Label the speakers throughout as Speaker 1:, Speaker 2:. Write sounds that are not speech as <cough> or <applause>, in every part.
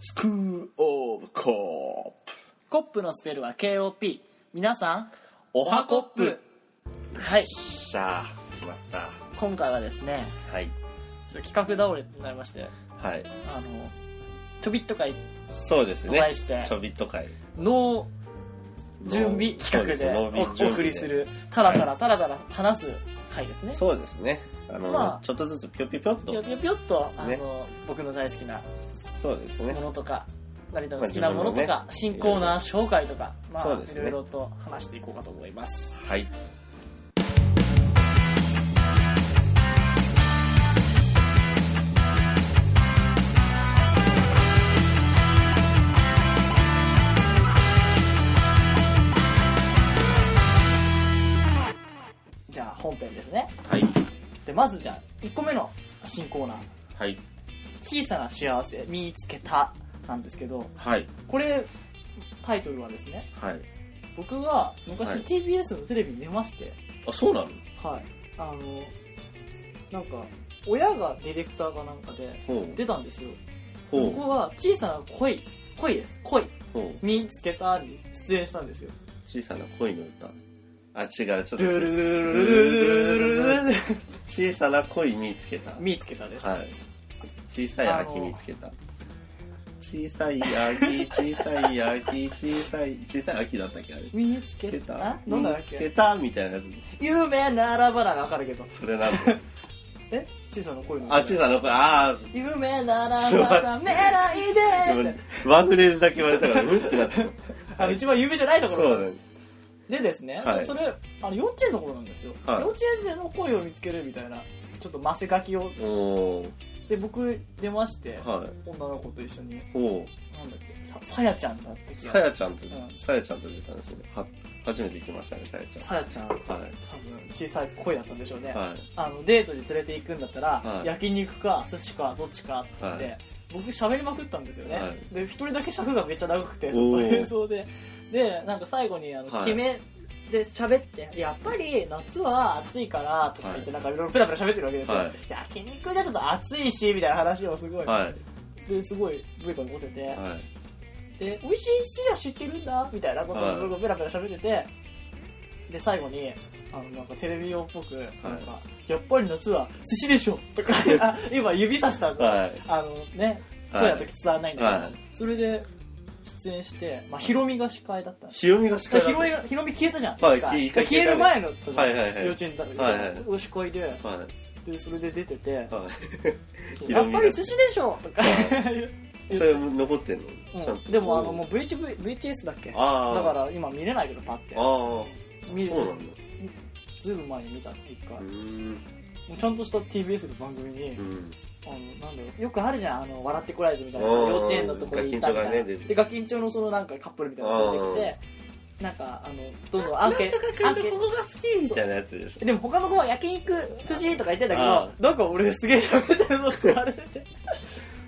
Speaker 1: スクールオブコープ
Speaker 2: コップのスペルは KOP 皆さん
Speaker 1: おはコップよ
Speaker 2: はい
Speaker 1: っしゃー決まった
Speaker 2: 今回はですね
Speaker 1: はい
Speaker 2: ちょっと企画倒れになりまして
Speaker 1: はい
Speaker 2: あのちょびっとかい
Speaker 1: そうです
Speaker 2: お
Speaker 1: ね
Speaker 2: 会いして
Speaker 1: ちょびっと会
Speaker 2: の準備
Speaker 1: そう
Speaker 2: 企画
Speaker 1: です
Speaker 2: で
Speaker 1: ね
Speaker 2: お
Speaker 1: ノービー準備で
Speaker 2: 送りするタラタラタラタラ話す回ですね
Speaker 1: そうですねあの、
Speaker 2: まあ
Speaker 1: ちょっとずつぴょぴょぴょっ
Speaker 2: ぴ
Speaker 1: と
Speaker 2: ょぴょぴょっとあの、
Speaker 1: ね
Speaker 2: 僕の大好きな
Speaker 1: そうですね
Speaker 2: ものとか成田の好きなものとか、
Speaker 1: まあ自
Speaker 2: 新
Speaker 1: 分のね
Speaker 2: コーナー紹介とか、ま
Speaker 1: そう
Speaker 2: あ
Speaker 1: です
Speaker 2: い
Speaker 1: ね
Speaker 2: ろいろと話していこうかと思います
Speaker 1: はい
Speaker 2: じゃあ本編ですね
Speaker 1: はい
Speaker 2: でまずじゃあ1個目の新コーナー
Speaker 1: はい
Speaker 2: 「小さな幸せ見つけた」なんですけど
Speaker 1: はい
Speaker 2: これタイトルはですね
Speaker 1: はい
Speaker 2: 僕が昔
Speaker 1: はい
Speaker 2: TBS のテレビに出まして、
Speaker 1: あそうなの
Speaker 2: はい、あのなんか親がディレクターかなんかで
Speaker 1: ほう
Speaker 2: 出たんですよ
Speaker 1: ほ
Speaker 2: 僕は小さな恋恋です恋
Speaker 1: うほう
Speaker 2: 見つけたに出演したんですよ
Speaker 1: 小さな恋の歌あ違うちょっと
Speaker 2: ドゥル
Speaker 1: 違う
Speaker 2: ルルルルルルルル
Speaker 1: 小さな恋見つけた
Speaker 2: 見つけたです、
Speaker 1: はい。小さい秋見つけた。小さい <laughs> 秋、小さい秋、小さい、小さい秋だったっけあれ。見
Speaker 2: 見つけ
Speaker 1: つけ
Speaker 2: た
Speaker 1: た
Speaker 2: あなんだっ
Speaker 1: 見つけ
Speaker 2: け
Speaker 1: たみたいなや
Speaker 2: 有名ならばながわかるけど
Speaker 1: つ。それなんだ。
Speaker 2: え小さな恋の
Speaker 1: あ、小さな声、あ
Speaker 2: 有名ならばさめない
Speaker 1: ー
Speaker 2: で
Speaker 1: でも
Speaker 2: って、
Speaker 1: ワンフレーズだけ言われたから、うんってなった。
Speaker 2: あの一番有名じゃないと
Speaker 1: <laughs>
Speaker 2: こ
Speaker 1: そ
Speaker 2: ろ
Speaker 1: うだね。
Speaker 2: でですね、
Speaker 1: はい
Speaker 2: それあの幼稚園の頃なんですよ、
Speaker 1: はい
Speaker 2: 幼稚園生の恋を見つけるみたいなちょっとマセ書きを
Speaker 1: おー。
Speaker 2: で僕出まして、
Speaker 1: はい。
Speaker 2: 女の子と一緒に
Speaker 1: おー。
Speaker 2: なんだっけささやちゃんだって
Speaker 1: さやちゃんと
Speaker 2: う、ん
Speaker 1: さやちゃんと出たんですね。は、初めて来ましたね、さやち
Speaker 2: さやちゃん多
Speaker 1: ゃん。はい。
Speaker 2: 分小さい恋だったんでしょうね、
Speaker 1: はい。
Speaker 2: あのデートに連れて行くんだったら、
Speaker 1: はい
Speaker 2: 焼肉か寿司かどっちかって言って、
Speaker 1: は
Speaker 2: 僕喋りまくったんですよね、
Speaker 1: はい
Speaker 2: で一人だけ尺がめっちゃ長くて
Speaker 1: おー
Speaker 2: その映像ででなんか最後にあの、
Speaker 1: はい
Speaker 2: 決めで喋ってやっぱり夏は暑いからとか言って、なんかいろいろペラペラ喋ってるわけですよ、
Speaker 1: はい
Speaker 2: 焼肉じゃちょっと暑いしみたいな話をすごい、
Speaker 1: はい。
Speaker 2: ですごいブイカに持てて、
Speaker 1: はい。
Speaker 2: で美味しい寿司は知ってるんだみたいなことをすごいペラペラ喋ってて、で最後にあのなんかテレビ用っぽくなんか、やっぱり夏は寿司でしょ」とかあ今指さしたの、
Speaker 1: はい。
Speaker 2: あのね
Speaker 1: はい
Speaker 2: 声だと伝わらないんだけど、
Speaker 1: はい
Speaker 2: それで出演して、まあ、ヒロミが司会だったんです
Speaker 1: ひろみが司会だった
Speaker 2: ヒロミがヒロミ消えたじゃん、
Speaker 1: はい
Speaker 2: 一回
Speaker 1: 一回
Speaker 2: 消える前の時、
Speaker 1: はいはいはい
Speaker 2: 幼稚園だった
Speaker 1: はいはい
Speaker 2: お司会で
Speaker 1: は
Speaker 2: でそれで出てて、
Speaker 1: い。はい。ヒ
Speaker 2: や
Speaker 1: ロ
Speaker 2: っ
Speaker 1: ミ
Speaker 2: ぱ
Speaker 1: が
Speaker 2: り寿司でしょ」とか、 <laughs>
Speaker 1: それも残ってんの、ちゃん
Speaker 2: うん
Speaker 1: と
Speaker 2: でもあのもう VH VHS だっけ
Speaker 1: ああ
Speaker 2: だから今見れないけどパッて
Speaker 1: ああそ
Speaker 2: 見
Speaker 1: うなんだ
Speaker 2: ずいぶん前に見た一回、
Speaker 1: う
Speaker 2: も
Speaker 1: ん
Speaker 2: うちゃんとした TBS の番組に、
Speaker 1: うん
Speaker 2: あのなんだろうよくあるじゃんあの笑ってこられてみたいな
Speaker 1: あー
Speaker 2: 幼稚園のところにいたみたい
Speaker 1: ガ
Speaker 2: な、
Speaker 1: キンチョがね出て
Speaker 2: でガキンチョのそのなんかカップルみたいなの連れてきてなんかあのどんどんアンケートアンケー
Speaker 1: が好きみ
Speaker 2: み
Speaker 1: た
Speaker 2: た
Speaker 1: いなやつでしょ
Speaker 2: トでも他の子は焼肉寿司とか言ってんだけ
Speaker 1: あ
Speaker 2: どなんか俺すげえ喋ってるのって言われてて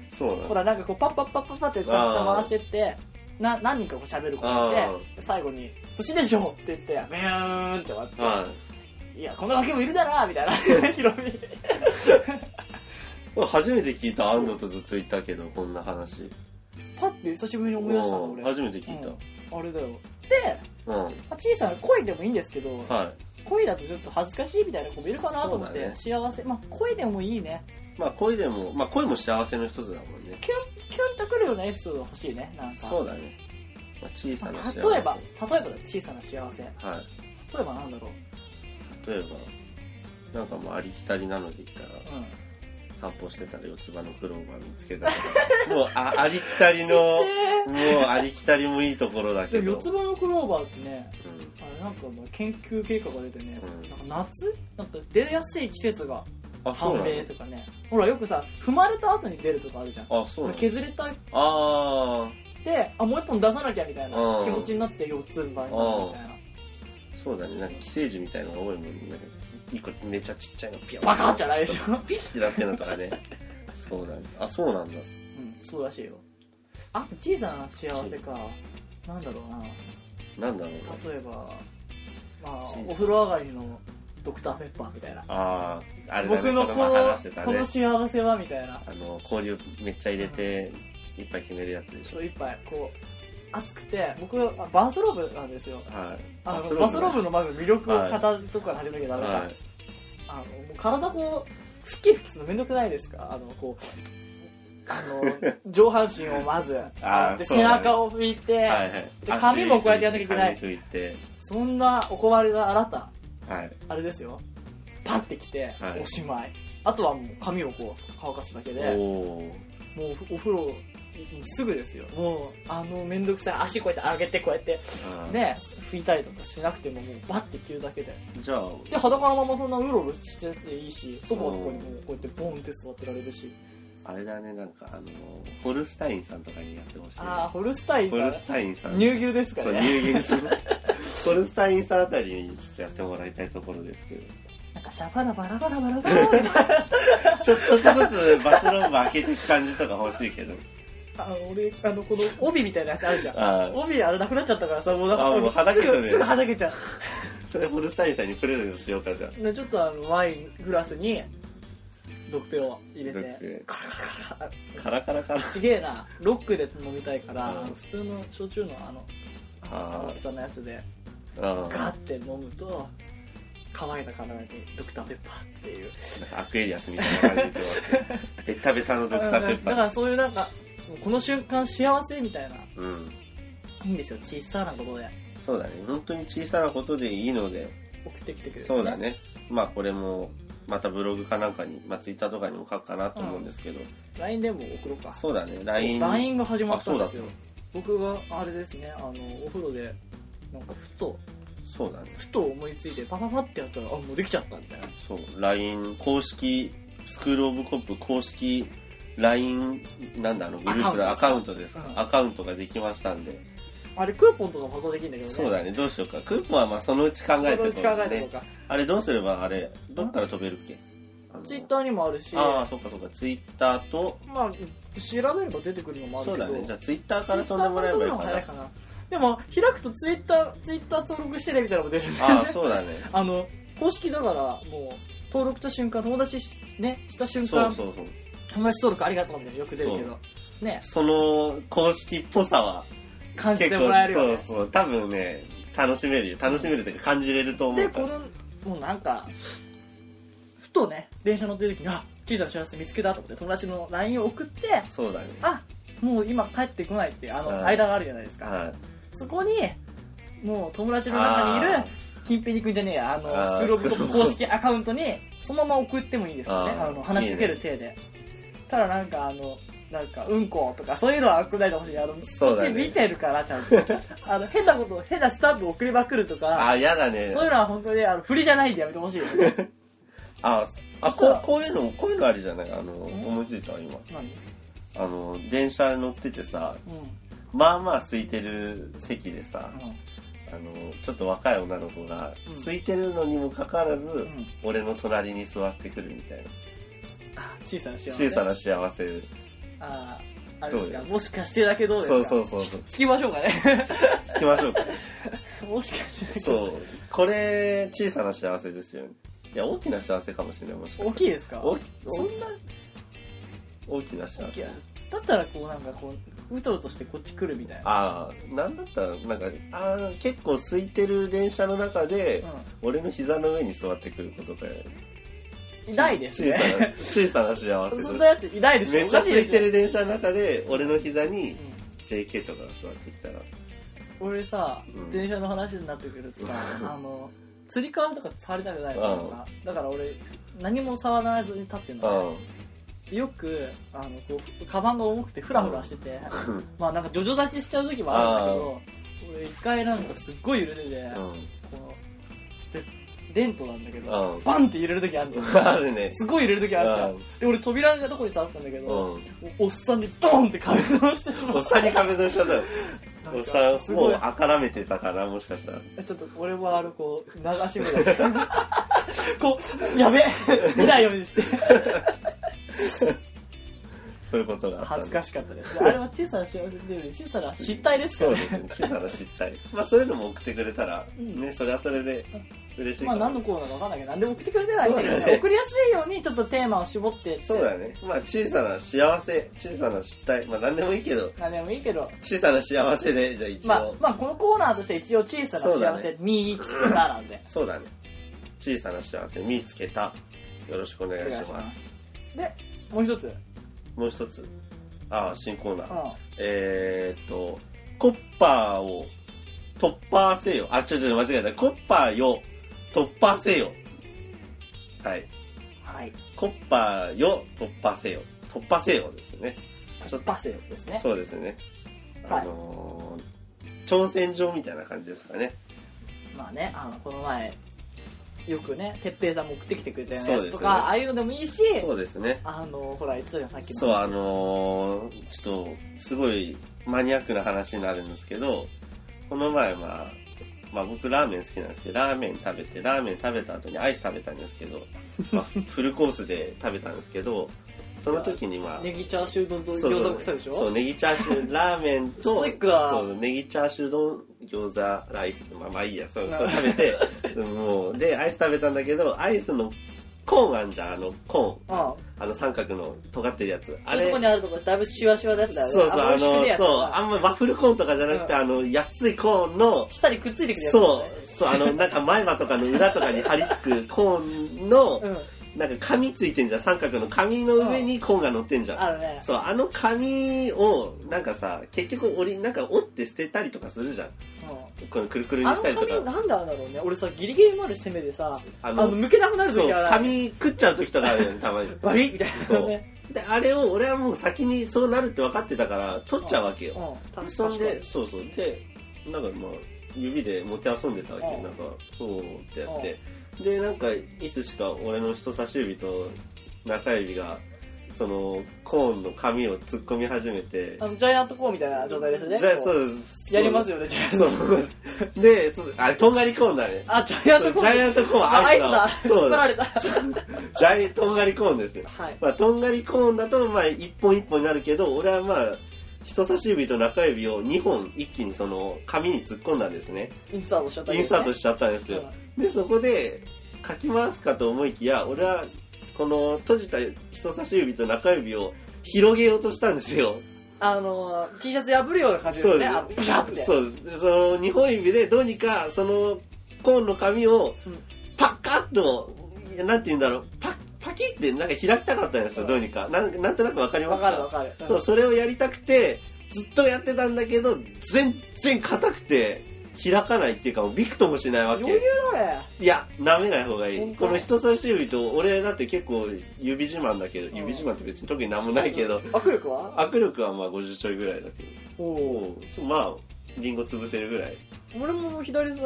Speaker 1: そうなんだ
Speaker 2: ほらなんかこうパッパッパッパッパってたくさん回してってな何人かこう喋る子がいて最後に「寿司でしょ!」って言って「ビューン!」って終わって
Speaker 1: はい
Speaker 2: 「いやこんなガキもいるだな」みたいなヒロミ
Speaker 1: これ初めて聞いた安藤とずっと言ったけどこんな話
Speaker 2: パッて久しぶりに思い出したの
Speaker 1: うん
Speaker 2: 俺
Speaker 1: 初めて聞い
Speaker 2: あれだよで、
Speaker 1: たうん
Speaker 2: まあ小さな恋でもいいんですけど、
Speaker 1: は
Speaker 2: 恋だとちょっと恥ずかしいみたいな子もいるかなと思っ
Speaker 1: そう
Speaker 2: て、
Speaker 1: だね
Speaker 2: 幸せまあ恋でもいいね
Speaker 1: いまあ恋でもまあ恋も幸せの一つだもんね
Speaker 2: キュンキュンとくるようなエピソード欲しいねなんか
Speaker 1: そうだね、まあ、小さな幸せ
Speaker 2: 例えば例えばだよ小さな幸せ例
Speaker 1: はい
Speaker 2: えばなんだろう
Speaker 1: 例えばなんかもうありきたりなので言ったら
Speaker 2: うん
Speaker 1: 散歩してたら四つ葉のクローバー見つけたと
Speaker 2: <laughs>
Speaker 1: かもうあありきたり
Speaker 2: ちっ
Speaker 1: の
Speaker 2: ちゃい
Speaker 1: もうありきたりもいいところだけ
Speaker 2: でも
Speaker 1: ど
Speaker 2: 四つ葉のクローバーってね
Speaker 1: うん
Speaker 2: あれなんかもう研究結果が出てね、
Speaker 1: うん
Speaker 2: なんか夏なんか出やすい季節が
Speaker 1: あそ
Speaker 2: 判
Speaker 1: うなん
Speaker 2: 明とかねほらよくさ踏まれた後に出るとかあるじゃん
Speaker 1: だあそうなんだ
Speaker 2: 削れたっ
Speaker 1: ああ
Speaker 2: てあもう一本出さなきゃみたいな
Speaker 1: うん
Speaker 2: 気持ちになって四つ葉になるみたいな
Speaker 1: そうだねなんか寄生獣みたいのが多いもんね一個めちゃちっちゃいのピョン
Speaker 2: バカじゃないでしょ、
Speaker 1: ピッてなってるのとか
Speaker 2: <laughs>
Speaker 1: ねそうだねあそうなんだ
Speaker 2: うん、そうらしいよあと小さな幸せかなんだろうな
Speaker 1: なんだろうな
Speaker 2: 例えばまあ
Speaker 1: 小さな
Speaker 2: お風呂上がりのドクターペッパーみたいな。
Speaker 1: ああ、あれだね、
Speaker 2: 僕の
Speaker 1: こ
Speaker 2: こ
Speaker 1: の前話して
Speaker 2: の、
Speaker 1: た
Speaker 2: こ
Speaker 1: ね
Speaker 2: の。幸せはみたいな。
Speaker 1: あの、氷をめっちゃ入れて、いっぱい決めるやつでし
Speaker 2: そ
Speaker 1: ょ。
Speaker 2: う、一杯、こう、熱くて、僕、あバースローブなんですよ。
Speaker 1: はい。
Speaker 2: あの、
Speaker 1: ね
Speaker 2: バスローブのまず魅力を語るとこから始めなきゃダメだ。
Speaker 1: はい。
Speaker 2: あの、もう体こう、ふきふきするのめんどくないですかあの、こう、あ
Speaker 1: <laughs>
Speaker 2: の、上半身をまず、
Speaker 1: あー
Speaker 2: で
Speaker 1: そう
Speaker 2: 背
Speaker 1: だね
Speaker 2: 中を拭いて、
Speaker 1: はいはい。
Speaker 2: で髪もこうやってやんなきゃいけない
Speaker 1: 足拭いて
Speaker 2: そんなお困りがあなた、
Speaker 1: 髪拭いて。はい。
Speaker 2: あれですよ、パッて来て、
Speaker 1: はい
Speaker 2: おしまい。あとはもう髪をこう乾かすだけで、
Speaker 1: おー。
Speaker 2: もうおお風呂、もうすぐですよ。もう、あの、めんどくさい足こうやって上げて、こうやって、
Speaker 1: あー
Speaker 2: ね、拭いたりとかしなくても、もうバッて着るだけで。
Speaker 1: じゃあ、
Speaker 2: で、裸のままそんなうろうろしてていいし、ソファーとかにもこうやってボンって座ってられるし。
Speaker 1: あれだね、なんか、あの、ホルスタインさんとかにやってほしいね。
Speaker 2: ああ、ホルスタイン
Speaker 1: ホルス
Speaker 2: さ
Speaker 1: タインさん。
Speaker 2: ん。乳牛ですか
Speaker 1: そう、
Speaker 2: ね。
Speaker 1: 入銀す
Speaker 2: <laughs>
Speaker 1: る。ホルスタインさんあたりにちょっとやってもらいたいところですけど。
Speaker 2: なんかシャバダバラバラバラバラみたいな。
Speaker 1: ちょ、ちょっとずつバスローブ開けていく感じとか欲しいけど。
Speaker 2: あの、俺、あの、この帯みたいなやつあるじゃん。
Speaker 1: ああ、
Speaker 2: 帯あれなくなっちゃったからさ、もうなんか
Speaker 1: あもうはだけ
Speaker 2: す
Speaker 1: た
Speaker 2: ぐ、
Speaker 1: ね
Speaker 2: すぐはだけちゃ
Speaker 1: それホルスタインさんにプレゼントしようか、じゃあ。
Speaker 2: う。でちょっとあの、ワイングラスに、ドッペを入れ
Speaker 1: ドッ
Speaker 2: て、
Speaker 1: ペ
Speaker 2: カラカラカラ。
Speaker 1: カラカラカラ。
Speaker 2: ちげえな、ロックで飲みたいから、
Speaker 1: うん
Speaker 2: 普通の焼酎のあの、
Speaker 1: あ
Speaker 2: 大きさのやつで、
Speaker 1: あ、ああ。
Speaker 2: ガッて飲むと、乾いた体にドクターペッパーっていう。
Speaker 1: なんかアクエリアスみたいな感じで言ってますけど。ベッタベタのドクターペッパ
Speaker 2: だか
Speaker 1: ー。
Speaker 2: らそういうなんか、この瞬間幸せみたいな。
Speaker 1: うん。
Speaker 2: いいんですよ、小さなことで
Speaker 1: そうだね。本当に小さなことでいいので、
Speaker 2: 送ってきてくれる、
Speaker 1: そうだ。ね。まあこれも、またブログかなんかに、まあツイッターとかにも書くかなと思うんですけど、
Speaker 2: LINE でも送ろうか。
Speaker 1: そうだね。
Speaker 2: そう
Speaker 1: LINE。
Speaker 2: LINE が始まったんですよ
Speaker 1: あ。
Speaker 2: 僕があれですね、あの、お風呂で、なんかふと、
Speaker 1: そうだね。
Speaker 2: ふと思いついて、パパパってやったら、あ、もうできちゃったみたいな。
Speaker 1: そう、LINE、公式、スクールオブコップ公式 LINE、なんだ、あの、グループの
Speaker 2: ア
Speaker 1: ア
Speaker 2: カ
Speaker 1: カ
Speaker 2: ウ
Speaker 1: ウ
Speaker 2: ン
Speaker 1: ン
Speaker 2: ト
Speaker 1: ト
Speaker 2: で
Speaker 1: ですす
Speaker 2: か
Speaker 1: か、
Speaker 2: うん
Speaker 1: アカウントができましたんで。
Speaker 2: あれ、クーポンとかも発行できるんだけどね。
Speaker 1: そうだね、どうしようか。クーポンはまあそのうち考え
Speaker 2: そのう
Speaker 1: て
Speaker 2: ち
Speaker 1: こ
Speaker 2: 考
Speaker 1: う
Speaker 2: えていこ
Speaker 1: ね
Speaker 2: う。か。
Speaker 1: あれどうすれば、あれ、どっから飛べるっけあの
Speaker 2: ツイッターにもあるし、
Speaker 1: ああ、そっかそっか、ツイッターと、
Speaker 2: まあ、調べれば出てくるのもある
Speaker 1: そう
Speaker 2: けど。
Speaker 1: だね、じゃあツイッターから飛んでもらえばいいかな。
Speaker 2: ツイッターから飛ぶのも早いかな。でも、開くとツイッター、ツイッター登録してねみたいなのも出るんだよ
Speaker 1: あ
Speaker 2: ね
Speaker 1: あ、そうだね。
Speaker 2: <laughs> あの、公式だから、もう、登録した瞬間、友達しね、した瞬
Speaker 1: そ
Speaker 2: 間
Speaker 1: う、そうそう。
Speaker 2: 友達登録ありがとうみたいなのよく出るけど、ね、
Speaker 1: その公式っぽさは、
Speaker 2: 感じ
Speaker 1: 結
Speaker 2: て
Speaker 1: 構
Speaker 2: もらえるよ、ね。
Speaker 1: そうそう、多分ね、楽しめるよ。楽しめるというか感じれると思
Speaker 2: で、
Speaker 1: うか
Speaker 2: こ
Speaker 1: ら。
Speaker 2: の、もうなんか、ふとね、電車乗ってる時に、あ、小さな幸せ見つけたと思って、友達の LINE を送って、
Speaker 1: そうだね。
Speaker 2: あ、もう今帰ってこないって、あ
Speaker 1: う
Speaker 2: の、
Speaker 1: ん
Speaker 2: 間があるじゃないですか。
Speaker 1: はい。
Speaker 2: そこに、もう友達の中にいる
Speaker 1: あ、
Speaker 2: 金平にくんじゃねえや、あの、
Speaker 1: あー
Speaker 2: スクロールオブコップ公式アカウントに、そのまま送ってもいいですからね、
Speaker 1: あ
Speaker 2: あ
Speaker 1: ー
Speaker 2: の、話しかける体で。ただなんか、あの、なんか、うんことか、そういうのは送らないでほしい。あの、
Speaker 1: そうだね
Speaker 2: っち見ちゃえるから、ちゃん
Speaker 1: <laughs>
Speaker 2: と。あの、変なこと、変なスタンプ送りまくるとか、
Speaker 1: あ、やだね。
Speaker 2: そういうのは本当に、あの、振りじゃないんでやめてほしいですね。 <laughs>
Speaker 1: あ、あ
Speaker 2: そした
Speaker 1: こ
Speaker 2: ら
Speaker 1: うこういうの、こういうのありじゃないあの、思いついたわ、今。
Speaker 2: 何
Speaker 1: あの、電車乗っててさ、
Speaker 2: うん。うん。
Speaker 1: まあまあ空いてる席でさ、あの、ちょっと若い女の子が、
Speaker 2: うん
Speaker 1: 空いてるのにもかかわらず、
Speaker 2: うん。
Speaker 1: 俺の隣に座ってくるみたいな。
Speaker 2: あ、小さな幸せ。
Speaker 1: 小さな幸せ。
Speaker 2: あー、あれで
Speaker 1: ど
Speaker 2: す
Speaker 1: う
Speaker 2: か、
Speaker 1: よ
Speaker 2: もしかしてだけどうですか
Speaker 1: そうそうそうそう。
Speaker 2: 聞きましょうかね。 <laughs>
Speaker 1: 聞きましょうか。
Speaker 2: もしかして。
Speaker 1: そう。これ、小さな幸せですよね。いや、大きな幸せかもしれない、もしか
Speaker 2: 大
Speaker 1: して。
Speaker 2: きいですか
Speaker 1: 大き
Speaker 2: そんな
Speaker 1: 大きな幸
Speaker 2: 大きい
Speaker 1: せ。
Speaker 2: だったらこうなんかこううとうとしてこっち来るみたいな
Speaker 1: ああ、なんだったら、なんか、ああ、結構空いてる電車の中で、俺の膝の上に座ってくることかよ
Speaker 2: うんいないです
Speaker 1: 小さ
Speaker 2: ね
Speaker 1: な、小さな幸せ
Speaker 2: そん
Speaker 1: と
Speaker 2: なやついないでしょ
Speaker 1: めっちゃ
Speaker 2: おかし
Speaker 1: 空
Speaker 2: で
Speaker 1: い
Speaker 2: して
Speaker 1: る電車の中で、俺の膝に
Speaker 2: ょ
Speaker 1: JK とかが座ってきたら、
Speaker 2: うん俺さ
Speaker 1: うん
Speaker 2: 電車の話になってくるとさ
Speaker 1: うん
Speaker 2: あの釣り革とか触りたくないからだから俺何も触らずに立ってんの
Speaker 1: うん。
Speaker 2: よくあのこうカバンが重くてフラフラしてて
Speaker 1: うん。
Speaker 2: まあなんかジョジョ立ちしちゃう時もあるんだけど俺一回なんかすっごい揺れててこのでデントなんだけ
Speaker 1: う
Speaker 2: ど
Speaker 1: ん
Speaker 2: バンって揺れる時あるじゃん
Speaker 1: <laughs> あるね。
Speaker 2: すごい揺れる時あるじゃ
Speaker 1: うん
Speaker 2: ん。で、俺扉がどこに触ってたんだけ
Speaker 1: う
Speaker 2: ど、
Speaker 1: ん。
Speaker 2: おおっさんでドーンって壁をしてしまった。
Speaker 1: おっさんに壁ドンしちゃったよ。
Speaker 2: なんか
Speaker 1: おっさ
Speaker 2: す
Speaker 1: ん、も
Speaker 2: ご
Speaker 1: う
Speaker 2: い。
Speaker 1: あからめてたから、もしかしたら。
Speaker 2: ちょっと俺はあの、こう、流し目だった。 <laughs> こう、やべ見ないようにして。
Speaker 1: そういうことがあった。
Speaker 2: 恥ずかしかったです。あれは小さな幸せっていうより小さな失態ですか
Speaker 1: そう
Speaker 2: ら
Speaker 1: で
Speaker 2: ね。
Speaker 1: すね。小さな失態。まあそういうのも送ってくれたら、
Speaker 2: うん
Speaker 1: ね、それはそれで嬉しい
Speaker 2: ま
Speaker 1: か
Speaker 2: あ
Speaker 1: も
Speaker 2: 何のコーナーか分かんないけど何でも送ってくれたらいいんだけど
Speaker 1: そう
Speaker 2: ね
Speaker 1: だね
Speaker 2: 送りやすいようにちょっとテーマを絞ってって
Speaker 1: そうだねまあ小さな幸せ小さな失態まあ何でもいいけど
Speaker 2: 何でもいいけど
Speaker 1: 小さな幸せでじゃあ一応、
Speaker 2: まあ、まあこのコーナーとして一応小さな
Speaker 1: そうだ
Speaker 2: 幸
Speaker 1: ね
Speaker 2: せ見つけたなんで
Speaker 1: そうだね小さな幸せ見つけたよろしくお願いします
Speaker 2: お願いしまでもう一つ、うん、
Speaker 1: もう一つああ新コーナー、えーっとコッパーを突破せよあちょちょ間違えたコッパーよ突破せよはい
Speaker 2: はい
Speaker 1: コッパーよ突破せよ突破せよですねちょっと
Speaker 2: 突破せよですね
Speaker 1: そうですね。
Speaker 2: はい
Speaker 1: あのー挑戦状みたいな感じですかね。
Speaker 2: まあねあのこの前よくね哲平さんも送ってきてくれたような
Speaker 1: そう
Speaker 2: や
Speaker 1: で
Speaker 2: つ
Speaker 1: す
Speaker 2: と
Speaker 1: よ
Speaker 2: か、
Speaker 1: ね
Speaker 2: ああいうのでもいいし
Speaker 1: そうですね。
Speaker 2: あのほら言ってたじゃんさっきの
Speaker 1: そう、あのーちょっと、すごいマニアックな話になるんですけど、この前、まあ、まあ僕ラーメン好きなんですけど、ラーメン食べて、ラーメン食べた後にアイス食べたんですけど、まあ、フルコースで食べたんですけど、その時にまあ、
Speaker 2: <laughs> ネギチャーシュー丼と餃
Speaker 1: そう
Speaker 2: 子
Speaker 1: そう
Speaker 2: 食ったでしょ
Speaker 1: そうネギチャーシューラーメンと
Speaker 2: ストイックだ
Speaker 1: そうネギチャーシュー丼餃子ライスまあまあいいやそうそう食べてそうもうでアイス食べたんだけどアイスのコーンあんじゃんあのコーン
Speaker 2: あ
Speaker 1: あの三角の尖ってるやつ
Speaker 2: あ
Speaker 1: あ
Speaker 2: そういう
Speaker 1: れ
Speaker 2: とこにあるとこだいぶシワシワだった
Speaker 1: そうそうあのそうあ
Speaker 2: うん
Speaker 1: まワッフルコーンとかじゃなくて、
Speaker 2: うん
Speaker 1: あの安いコーンの
Speaker 2: 下にくっついてくるやつだよ
Speaker 1: そ
Speaker 2: ね
Speaker 1: うそうあのなんか前歯とかの裏とかに貼り付くコーンの、
Speaker 2: うん
Speaker 1: なんか紙ついてんじゃん三角の紙の上にコーンが乗ってんじゃん、
Speaker 2: あるね
Speaker 1: そうあの紙をなんかさ結局折りなんか折って捨てたりとかするじゃんこのくるく
Speaker 2: う
Speaker 1: る
Speaker 2: ん
Speaker 1: に
Speaker 2: あ
Speaker 1: したりと
Speaker 2: の紙
Speaker 1: か
Speaker 2: なんであれだろうね俺さギリギリまで攻めでさ
Speaker 1: あ
Speaker 2: あ
Speaker 1: の
Speaker 2: の抜けなくなる
Speaker 1: そ
Speaker 2: 時
Speaker 1: う
Speaker 2: ある
Speaker 1: 紙食っちゃう時とかある
Speaker 2: <laughs>
Speaker 1: よねたまに
Speaker 2: バリッみたいな
Speaker 1: そう
Speaker 2: <laughs> ね
Speaker 1: であれを俺はもう先にそうなるって分かってたから取っちゃうわけ
Speaker 2: うん
Speaker 1: よ、
Speaker 2: 確
Speaker 1: そん
Speaker 2: か
Speaker 1: で
Speaker 2: に
Speaker 1: そうそうでなんかまあ指で持ち遊んでたわけ、
Speaker 2: うん
Speaker 1: なんかそうってやって、でなんかいつしか俺の人差し指と中指がそのコーンの紙を突っ込み始めて
Speaker 2: あのジャイアントコーンみたいな状態ですね
Speaker 1: じゃあ
Speaker 2: こう
Speaker 1: そうです
Speaker 2: やりますよねジャイアント
Speaker 1: <laughs> そう。で、そうあれ、とんがりコーンだね。
Speaker 2: あジャイアン
Speaker 1: そ
Speaker 2: ト
Speaker 1: うジ
Speaker 2: コーン
Speaker 1: ャイアントコーン
Speaker 2: あアイスだ
Speaker 1: そ
Speaker 2: 取
Speaker 1: う
Speaker 2: られた
Speaker 1: ジャイとんがりコーンですよ。
Speaker 2: はい
Speaker 1: まあ、とんがりコーンだと、まあ、一本一本になるけど、俺はまあ、人差し指と中指を2本一気にその紙に突っ込んだんですね。
Speaker 2: インサートしちゃった
Speaker 1: インサート
Speaker 2: し
Speaker 1: しちゃったんですよ。で、そこで、書き回すかと思いきや、俺は、この閉じた人差し指と中指を広げようとしたんですよ。
Speaker 2: あの T シャツ破るような感じで
Speaker 1: そう
Speaker 2: す
Speaker 1: で
Speaker 2: ね
Speaker 1: す
Speaker 2: あのブシャッて
Speaker 1: そうですその2本指でどうにかそのコーンの紙を
Speaker 2: うん
Speaker 1: パカッと、なんて言うんだろうパパキってなんか開きたかったんですよ、
Speaker 2: うん
Speaker 1: どうにかなんなんとなくわかりま
Speaker 2: わ
Speaker 1: す
Speaker 2: かるわかる
Speaker 1: そうそれをやりたくてずっとやってたんだけど全然硬くて開かないっていうかもうびくともしないわ
Speaker 2: 余裕
Speaker 1: け
Speaker 2: だね
Speaker 1: いや舐めない方がいい
Speaker 2: 本
Speaker 1: こ
Speaker 2: 当
Speaker 1: の人差し指と俺だって結構指自慢だけど、
Speaker 2: ん
Speaker 1: 指自慢って別に特になんもないけど、
Speaker 2: 握力は
Speaker 1: 握力はまあ50ちょいぐらいだけど
Speaker 2: お
Speaker 1: おそうまあリンゴ潰せるぐらい
Speaker 2: 俺も左さ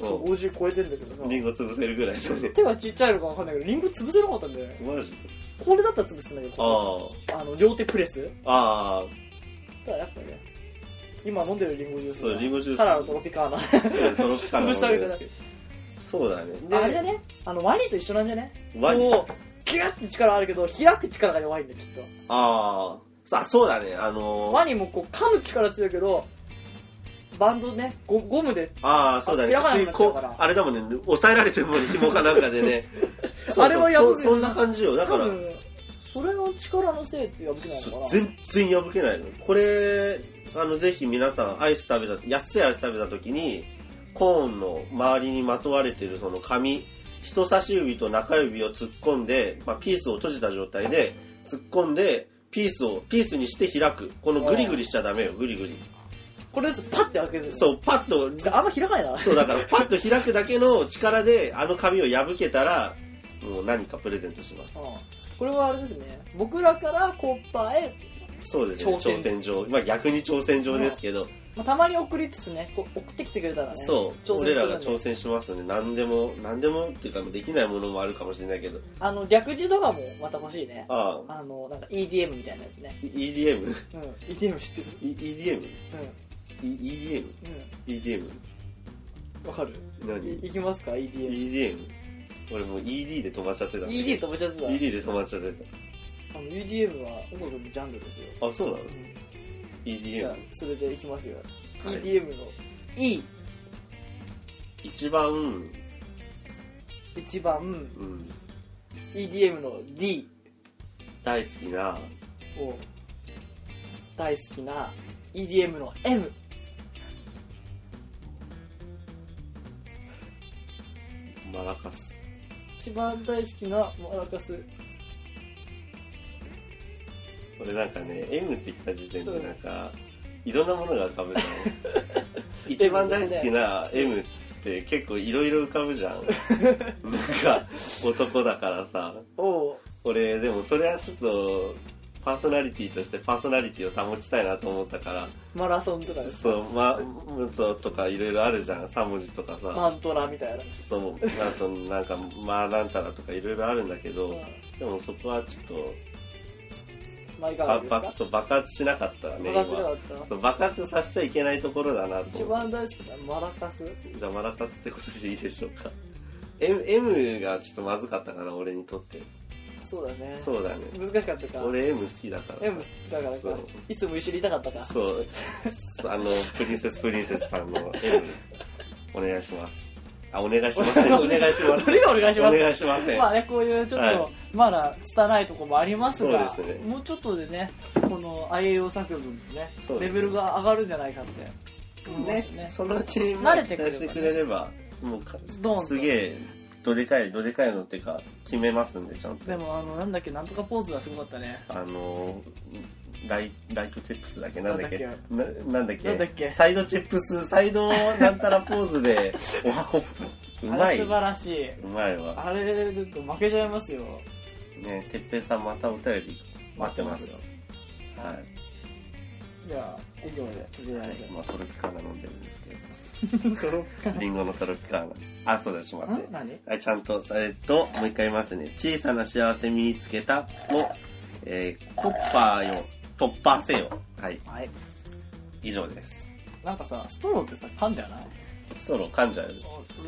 Speaker 1: うん
Speaker 2: 50超えてんだけど
Speaker 1: リン
Speaker 2: さ
Speaker 1: ゴ潰せるぐらいだね
Speaker 2: 手がちっちゃいのかわかんないけどリンゴ潰せなかったんだよね
Speaker 1: マジ
Speaker 2: これだったら潰すんだけどこ
Speaker 1: あ
Speaker 2: うあの両手プレス
Speaker 1: ああ
Speaker 2: ただやっぱね今飲んでるリンゴジュース
Speaker 1: そうリンゴジュース
Speaker 2: ただのトロピカーナ
Speaker 1: あそうトロピカルな
Speaker 2: 潰したわけじ
Speaker 1: もので
Speaker 2: ゃない
Speaker 1: すけどそうだねで
Speaker 2: あれじゃねあのワニと一緒なんじゃね
Speaker 1: ワニ
Speaker 2: こうギュッて力あるけど開く力が弱いんだよきっと
Speaker 1: あーそうあそうだねあのー
Speaker 2: ワニもこう噛む力強いけどバンドねゴゴムで
Speaker 1: ああそうだね
Speaker 2: 開かな
Speaker 1: 口
Speaker 2: くなっちゃう
Speaker 1: こ
Speaker 2: から
Speaker 1: あれだもんね抑えられてるもんね紐かなんかで
Speaker 2: <laughs>
Speaker 1: ね
Speaker 2: あれはや
Speaker 1: そ
Speaker 2: ばい
Speaker 1: うそうそんな感じよだか
Speaker 2: 多
Speaker 1: ら
Speaker 2: 分それの力のせいって破けないのかな
Speaker 1: 全然破けないのこれあのぜひ皆さんアイス食べた安いアイス食べた時にコーンの周りにまとわれてるその紙人差し指と中指を突っ込んで、まあ、ピースを閉じた状態で突っ込んでピースをピースにして開くこのグリグリしちゃダメよグリグリ
Speaker 2: これですパッて開けずに
Speaker 1: そうパッと
Speaker 2: あんま開かないな
Speaker 1: そうだからパッと開くだけの力であの紙を破けたらもう何かプレゼントします
Speaker 2: これはあれですね僕らからコッパーへ、
Speaker 1: そうですね
Speaker 2: 挑戦
Speaker 1: 挑戦状まあ逆に挑戦状ですけど、
Speaker 2: まあ、たまに送りつつねこう送ってきてくれたらね
Speaker 1: そう
Speaker 2: 挑戦す
Speaker 1: 俺
Speaker 2: る
Speaker 1: ら
Speaker 2: んで
Speaker 1: が挑戦しますので何でも何でもっていうかできないものもあるかもしれないけど
Speaker 2: あの略字とかもまた欲しいね
Speaker 1: ああ
Speaker 2: あのなんか EDM みたいなやつね
Speaker 1: EDM
Speaker 2: うん EDM 知ってる
Speaker 1: E- EDM
Speaker 2: う
Speaker 1: EDM
Speaker 2: んう
Speaker 1: EDM
Speaker 2: んわかる
Speaker 1: 何
Speaker 2: いいきますか EDMED
Speaker 1: EDM 俺もう ED で止まっちゃってた
Speaker 2: とめちゃってた
Speaker 1: ED で止まっちゃってた
Speaker 2: あの EDM は音楽のジャンルですよ
Speaker 1: あそうなの
Speaker 2: うんじゃ
Speaker 1: EDM
Speaker 2: あそれでいきますよ
Speaker 1: はい
Speaker 2: EDM の E
Speaker 1: 一番
Speaker 2: 1番
Speaker 1: うん
Speaker 2: EDM の D
Speaker 1: 大好きな
Speaker 2: を大好きな EDM の M
Speaker 1: マラカス
Speaker 2: 一番大好きなマラカス
Speaker 1: 俺なんかね M って来た時点でなんかいろんなものが浮かぶじゃん <laughs> 一番大好きな M って結構いろいろ浮かぶじゃ <laughs> んなんか男だからさ
Speaker 2: を
Speaker 1: 俺でもそれはちょっとパーソナリティとしてパーソナリティを保ちたいなと思ったから
Speaker 2: マラソンとかです
Speaker 1: そうまそうとかいろいろあるじゃん3文字とかさ、
Speaker 2: マントラみたいな、
Speaker 1: そうあとなんかまあなんたらとかいろいろあるんだけど、
Speaker 2: うん
Speaker 1: でもそこはちょっと
Speaker 2: まあいか
Speaker 1: ば
Speaker 2: がです
Speaker 1: ば
Speaker 2: か
Speaker 1: そう爆発しなかったね
Speaker 2: マラカスだ
Speaker 1: 今
Speaker 2: った
Speaker 1: そう爆発させちゃいけないところだなと
Speaker 2: 一
Speaker 1: 思っ
Speaker 2: 番大好きなマラカス
Speaker 1: てじゃあマラカスってことでいいでしょうか M, M がちょっとまずかったかな俺にとって
Speaker 2: そうだね
Speaker 1: そうだね
Speaker 2: 難しかったか
Speaker 1: 俺 M 好きだから
Speaker 2: M だから
Speaker 1: そ
Speaker 2: か
Speaker 1: う
Speaker 2: いつも一緒にいたかったか
Speaker 1: そうあのプリンセスプリンセスさんの M お願いしますあお願いしますお願いします
Speaker 2: 俺がお願いします
Speaker 1: お願いします
Speaker 2: <laughs> まあね、こういうちょっと、
Speaker 1: はい
Speaker 2: まだ拙いとこもありますが
Speaker 1: そうですね
Speaker 2: もうちょっとでねこの IAO 作文のね
Speaker 1: そうで
Speaker 2: レ
Speaker 1: す
Speaker 2: ベルが上がるんじゃないかって思います
Speaker 1: ね
Speaker 2: ね
Speaker 1: そのうちに
Speaker 2: 慣れてくればね
Speaker 1: してくれればもうか
Speaker 2: ドーンと
Speaker 1: すげえどでかいどでかいのっていうか決めますんでちゃんと
Speaker 2: でもあのなんだっけなんとかポーズがすごかったね
Speaker 1: あのーライライトチップスだっけなんだっけ
Speaker 2: な
Speaker 1: ななんだっけ
Speaker 2: なんだっけ
Speaker 1: サイドチップスサイドなんたらポーズで
Speaker 2: <laughs>
Speaker 1: おはコップう
Speaker 2: あ
Speaker 1: ま
Speaker 2: れ
Speaker 1: い
Speaker 2: 素
Speaker 1: う
Speaker 2: 晴らしい
Speaker 1: まいわ
Speaker 2: あれちょっと負けちゃいますよ
Speaker 1: ねてっぺいさんまたお便り待ってます
Speaker 2: 待
Speaker 1: はい、
Speaker 2: じゃあ以上でとりあ
Speaker 1: は
Speaker 2: え
Speaker 1: い、まあトロピカーナ飲んでるんですけ <laughs>
Speaker 2: ずドロップ
Speaker 1: どリンゴのトロピカーナあそうだしまって
Speaker 2: ん何
Speaker 1: はい、ちゃんと、えっと、もう一回言いますね。小さな幸せ身につけたを、えー、コッパーよ、突破せよ。はい、
Speaker 2: はい
Speaker 1: 以上です。
Speaker 2: なんかさストローってさ噛んじゃない
Speaker 1: ストロー噛んじゃう。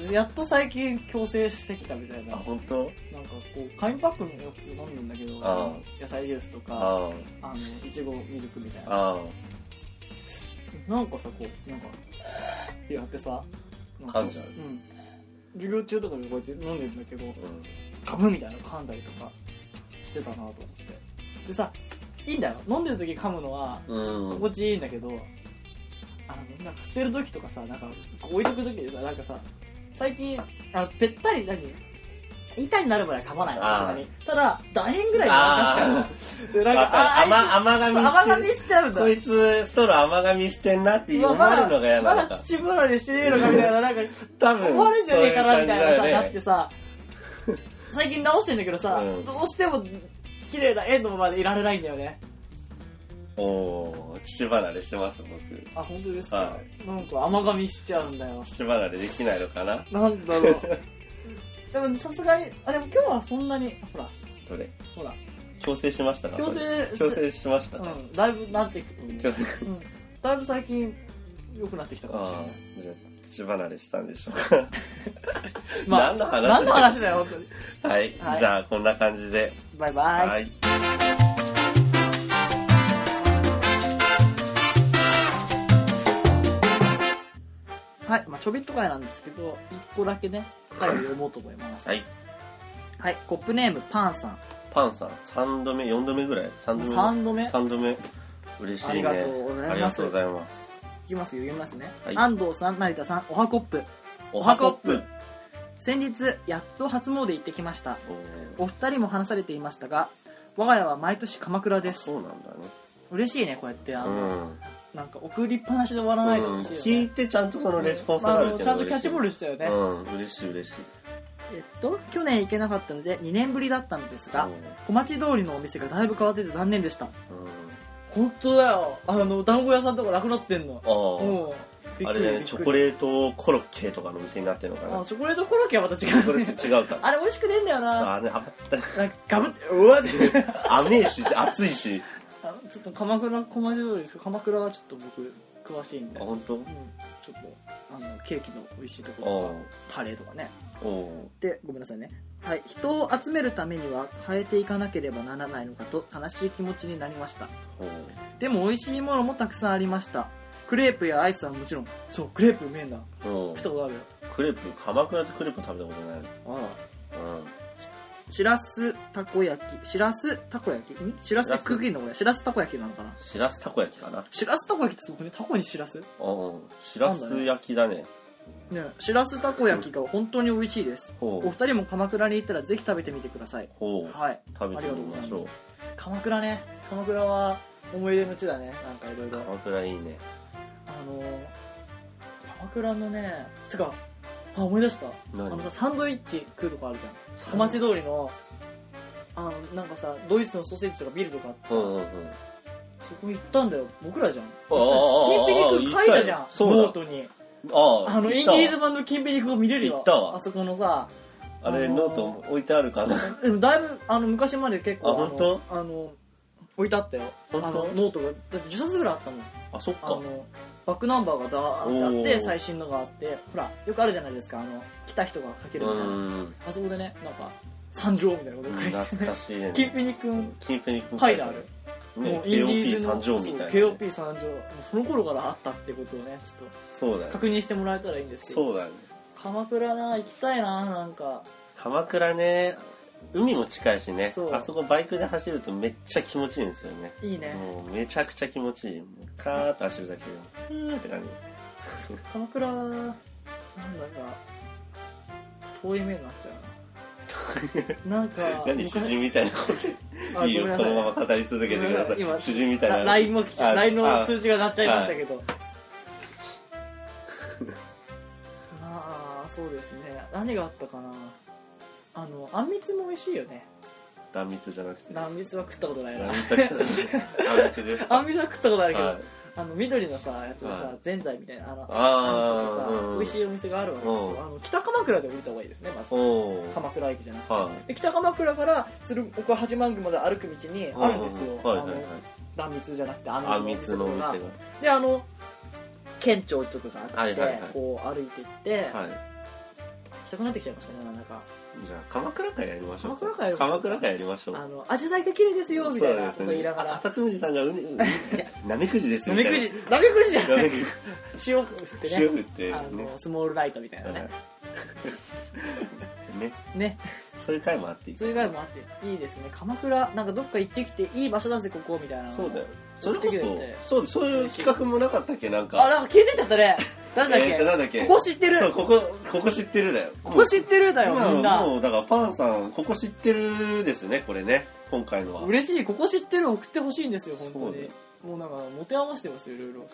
Speaker 2: 俺やっと最近矯正してきたみたい
Speaker 1: あ、
Speaker 2: な
Speaker 1: 本当
Speaker 2: なんかこう紙パックのよく飲むんだけど
Speaker 1: あ
Speaker 2: 野菜ジュースとか
Speaker 1: あ
Speaker 2: あのいちごミルクみたい
Speaker 1: あ、
Speaker 2: な
Speaker 1: あ
Speaker 2: なんかさこうなんかやってさな
Speaker 1: あ、
Speaker 2: か
Speaker 1: 噛んじゃう。
Speaker 2: うん授業中とかでこうやって飲んでるんだけど
Speaker 1: うん。
Speaker 2: ガブみたいなの噛んだりとかしてたなと思ってでさいいんだよ飲んでる時噛むのは
Speaker 1: うん。
Speaker 2: 心地いいんだけどあのなんか捨てる時とかさなんかこう置いとく時でさなんかさ最近あのぺったり何板になるぐらい噛まないわ
Speaker 1: あー
Speaker 2: さすがにただ楕円ぐらいになっ
Speaker 1: あ
Speaker 2: ちゃうでな
Speaker 1: あ、
Speaker 2: んか
Speaker 1: わか
Speaker 2: あ
Speaker 1: る。
Speaker 2: ー
Speaker 1: 甘、甘
Speaker 2: あい
Speaker 1: 噛
Speaker 2: つ
Speaker 1: み
Speaker 2: そう甘噛
Speaker 1: し
Speaker 2: み
Speaker 1: て。
Speaker 2: しちゃうんだ
Speaker 1: こいつ、ストロー甘噛みしてんなっていう
Speaker 2: まあ
Speaker 1: 思われるのが嫌
Speaker 2: ま
Speaker 1: な
Speaker 2: だ
Speaker 1: のか。
Speaker 2: 秩父までしてねえのかみたいな、なんか、
Speaker 1: 多分、
Speaker 2: 壊れんじゃねえかなみたいな
Speaker 1: そうう感じ
Speaker 2: さ、
Speaker 1: だよ
Speaker 2: なってさ、最近直してんだけどさ、
Speaker 1: うん
Speaker 2: どうしても、綺麗な円のままでいられないんだよね。
Speaker 1: おー、父離れしてます、僕。
Speaker 2: あ、本当ですか、
Speaker 1: は
Speaker 2: なんか甘噛みしちゃうんだよ。
Speaker 1: 父離れできないのかな
Speaker 2: なんだろう。 <laughs> でもさすがに、あ、でも今日はそんなに、ほら、
Speaker 1: どれ
Speaker 2: ほら、
Speaker 1: 強制しましたか
Speaker 2: 矯正
Speaker 1: 強制しました
Speaker 2: う
Speaker 1: ね。
Speaker 2: ん、だいぶなってきた。うん
Speaker 1: 強制
Speaker 2: だいぶ最近、良くなってきたかもしれ
Speaker 1: あ
Speaker 2: ない。
Speaker 1: あ、じゃあ、父離れしたんでしょうか。何の話
Speaker 2: 何の話だよ、本当に。
Speaker 1: はい、
Speaker 2: はい
Speaker 1: じゃあ、こんな感じで。
Speaker 2: <laughs> バイバイ。
Speaker 1: い
Speaker 2: はい、まあちょびっと回なんですけど、一個だけね、回を読もうと思います。
Speaker 1: はい。
Speaker 2: はい、コップネーム、パンさん。
Speaker 1: パンさん、3度目、4度目ぐらい ?3 度目。
Speaker 2: 3度目。い
Speaker 1: 三度目。嬉しいね。
Speaker 2: ありがとうございます
Speaker 1: ありがとうございます。
Speaker 2: きますよ、読みますね。
Speaker 1: はい
Speaker 2: 安藤さん、成田さん、おはコップ。
Speaker 1: お
Speaker 2: は
Speaker 1: はこ
Speaker 2: こっ
Speaker 1: っ
Speaker 2: ぷ
Speaker 1: ぷ。
Speaker 2: 先日、やっと初詣行ってきました。
Speaker 1: お
Speaker 2: お二人も話されていましたが、我が家は毎年鎌倉
Speaker 1: ー
Speaker 2: です。
Speaker 1: そうなんだね。
Speaker 2: 嬉しいね、こうやって。あ
Speaker 1: う
Speaker 2: の、
Speaker 1: ん。
Speaker 2: なんか送りっぱなしで終わらないでほしいよね。
Speaker 1: 聞いてちゃんとそのレスポンスがあるってい
Speaker 2: あの
Speaker 1: う
Speaker 2: ち
Speaker 1: の
Speaker 2: ゃ
Speaker 1: が
Speaker 2: んとキャッチボー
Speaker 1: ル
Speaker 2: ルしたよね。
Speaker 1: うん、嬉しい嬉しい。
Speaker 2: えっと、去年行けなかったので2年ぶりだったのですが
Speaker 1: うん、
Speaker 2: 小町通りのお店がだいぶ変わってて残念でした。本当だよあの団子屋さんとかなくなってん
Speaker 1: う
Speaker 2: の
Speaker 1: ん。あ
Speaker 2: もう
Speaker 1: あ。あれだね、チョコ
Speaker 2: ー
Speaker 1: レートコロッケとかのお店になってるのか
Speaker 2: トあ
Speaker 1: な。
Speaker 2: チョコレートコロッケはまた違
Speaker 1: こ
Speaker 2: う、
Speaker 1: れ
Speaker 2: ね、
Speaker 1: と違うから。
Speaker 2: あれ美味しくねえんだよな
Speaker 1: さあね、あった
Speaker 2: なんかガブってうわって
Speaker 1: 甘えし、暑い
Speaker 2: <laughs>
Speaker 1: し。
Speaker 2: あのちょっと鎌倉小町通りですけど鎌倉はちょっと僕詳しいんで、
Speaker 1: あ、
Speaker 2: うん、
Speaker 1: 本当。
Speaker 2: ちょっとあのケーキの美味しいとこ
Speaker 1: お
Speaker 2: ろとかカレーとかね
Speaker 1: おお
Speaker 2: でごめんなさいねはい人を集めるためには変えていかなければならないのかと悲しい気持ちになりましたでも美味しいものもたくさんありましたクレープやアイスはもちろんそうクレープうめえんだ
Speaker 1: おお
Speaker 2: 食ったことあるよ
Speaker 1: クレープ鎌倉でクレープ食べたことない
Speaker 2: ああしらすたこ焼きしらすたこ焼きんしらすってくぐりのこれしらすたこ焼きなのかな
Speaker 1: しらすたこ焼きかな
Speaker 2: しらすたこ焼きってすごくねタコにしらす
Speaker 1: うんしらす焼きだね
Speaker 2: ねしらすたこ焼きが本当に美味しいです
Speaker 1: ほ
Speaker 2: お二
Speaker 1: う
Speaker 2: 人も鎌倉に行ったらぜひ食べてみてください
Speaker 1: ほう
Speaker 2: はい
Speaker 1: 食べてみましょう
Speaker 2: 鎌倉ね鎌倉は思い出の地だねなんかいろいろ
Speaker 1: 鎌倉いいね
Speaker 2: あの鎌倉のねつかあ思い出したあ
Speaker 1: 何
Speaker 2: のさサンドイッチ食うとこあるじゃん小町通りのあのなんかさドイツのソーセージとかビールとかあってさ、
Speaker 1: うんうんうん
Speaker 2: そこ行ったんだよ僕らじゃん
Speaker 1: ああ
Speaker 2: 金
Speaker 1: あ
Speaker 2: ピ肉書いた
Speaker 1: 行
Speaker 2: じ
Speaker 1: った
Speaker 2: ゃん
Speaker 1: よ
Speaker 2: ノ
Speaker 1: そうだ
Speaker 2: ートに
Speaker 1: ああ
Speaker 2: あのイ
Speaker 1: 行った
Speaker 2: ンデ
Speaker 1: わ
Speaker 2: ィーズ版の金ピ肉を見れるよ
Speaker 1: 行ったわ
Speaker 2: あそこのさ
Speaker 1: あれ
Speaker 2: あの
Speaker 1: ノ
Speaker 2: ー
Speaker 1: ート置いてあるかな
Speaker 2: でもだいぶあの昔まで結構
Speaker 1: あ
Speaker 2: の
Speaker 1: 本当
Speaker 2: あの置いてあったよ
Speaker 1: 本当
Speaker 2: あのノートがだって10冊ぐらいあったもん
Speaker 1: あそっ
Speaker 2: あ
Speaker 1: か
Speaker 2: のバックナンバーがダーってあっ
Speaker 1: お
Speaker 2: て
Speaker 1: ー
Speaker 2: 最新のがあってほらよくあるじゃないですかあの来た人が書ける
Speaker 1: う
Speaker 2: みたいな、
Speaker 1: ん
Speaker 2: あそこでねなんか参上みたいなこと書いて
Speaker 1: 懐
Speaker 2: ね
Speaker 1: かしいね
Speaker 2: <laughs> 金ピニ君
Speaker 1: 金ペニ君
Speaker 2: 書いてある、
Speaker 1: ね
Speaker 2: もうインディー
Speaker 1: KOP
Speaker 2: ズ
Speaker 1: 三
Speaker 2: の
Speaker 1: 条みたいなね
Speaker 2: KOP 参上もうその頃からあったってことをねちょっ
Speaker 1: そうだ
Speaker 2: と
Speaker 1: ね
Speaker 2: 確認してもらえたらいいんですけど
Speaker 1: そうだね
Speaker 2: 鎌倉な行きたいななんか
Speaker 1: 鎌倉ね海も近いしね
Speaker 2: そう
Speaker 1: あそこバイクで走るとめっちゃ気持ちいいんですよね
Speaker 2: いいね
Speaker 1: もうめちゃくちゃ気持ちいいもうカーッと走るだけでふーって感じ
Speaker 2: 鎌倉なんだか遠い目になっちゃうななんか
Speaker 1: 何詩人みたいなこといいよ
Speaker 2: ごめんな
Speaker 1: こ
Speaker 2: さ
Speaker 1: のまま語り続けてくださ
Speaker 2: 今
Speaker 1: い詩人みたいな話
Speaker 2: LINE も来ちゃ
Speaker 1: あ
Speaker 2: う LINE の
Speaker 1: あ
Speaker 2: 通知が鳴っちゃいましたけどまあそうですね何があったかなあのあんみつも美味しいよね
Speaker 1: 断蜜じゃなくて
Speaker 2: あんみつは食ったことない
Speaker 1: 断
Speaker 2: な
Speaker 1: 蜜だけど断蜜です
Speaker 2: <laughs> あんみつは食ったことあるけど、
Speaker 1: はい
Speaker 2: あの緑のさやつでさ
Speaker 1: はい
Speaker 2: ぜんざいみたいなあの
Speaker 1: あ
Speaker 2: あんみつと
Speaker 1: あ
Speaker 2: さ美味しいお店があるわけです
Speaker 1: うん
Speaker 2: よあの北鎌倉で降りた方がいいですねまず
Speaker 1: おお
Speaker 2: 鎌倉駅じゃなくて
Speaker 1: は
Speaker 2: で北鎌倉から鶴岡八幡宮まで歩く道に
Speaker 1: い
Speaker 2: あるんですよ、
Speaker 1: はいはいはい
Speaker 2: あの乱密じゃなくてあ
Speaker 1: あ
Speaker 2: ん
Speaker 1: んみ
Speaker 2: み
Speaker 1: つ
Speaker 2: つ
Speaker 1: の
Speaker 2: の
Speaker 1: お
Speaker 2: お店とか
Speaker 1: 店
Speaker 2: がであの県庁寺とかがあって、
Speaker 1: はいはいはい
Speaker 2: こう歩いてって、
Speaker 1: がはい
Speaker 2: 行きたくなってきちゃいましたねなんか
Speaker 1: じゃあ鎌倉会やりましょう
Speaker 2: 鎌倉会やりましょう
Speaker 1: 鎌倉会やりましょう
Speaker 2: あの味だけ綺麗ですよみたいなこ
Speaker 1: そう
Speaker 2: と
Speaker 1: です
Speaker 2: 言い
Speaker 1: ね
Speaker 2: なが
Speaker 1: あ
Speaker 2: ら
Speaker 1: カタツムリさんがうねうねいやなめくじです
Speaker 2: な
Speaker 1: よ
Speaker 2: めくじなめくじじゃ
Speaker 1: <laughs> な
Speaker 2: な
Speaker 1: め
Speaker 2: い
Speaker 1: くじ
Speaker 2: 塩振ってね
Speaker 1: 塩振ってね
Speaker 2: あのスモールライトみたいなね、
Speaker 1: はい <laughs> ね
Speaker 2: ね
Speaker 1: そういう会もあっていい
Speaker 2: そういうぐらいもあっていいですね鎌倉なんかどっか行ってきていい場所だぜここみたいな
Speaker 1: そうだよそ
Speaker 2: 送
Speaker 1: れ
Speaker 2: って
Speaker 1: こ
Speaker 2: きてくれて
Speaker 1: そそうそういう企画もなかったっけなん
Speaker 2: あ
Speaker 1: か
Speaker 2: なんか消えてっちゃったねなんだっけ,、
Speaker 1: えーとなんだっけ
Speaker 2: ここ知ってる
Speaker 1: そうここここ知ってるだよ
Speaker 2: ここ知ってるだよ、
Speaker 1: 今
Speaker 2: みんな。
Speaker 1: もうだからパンさんここ知ってるですねこれね今回のは
Speaker 2: 嬉しい、ここ知ってる送ってほしいんですよ、本当
Speaker 1: そうだよ
Speaker 2: に。もうなんか、持て余してますよ、いろいろ。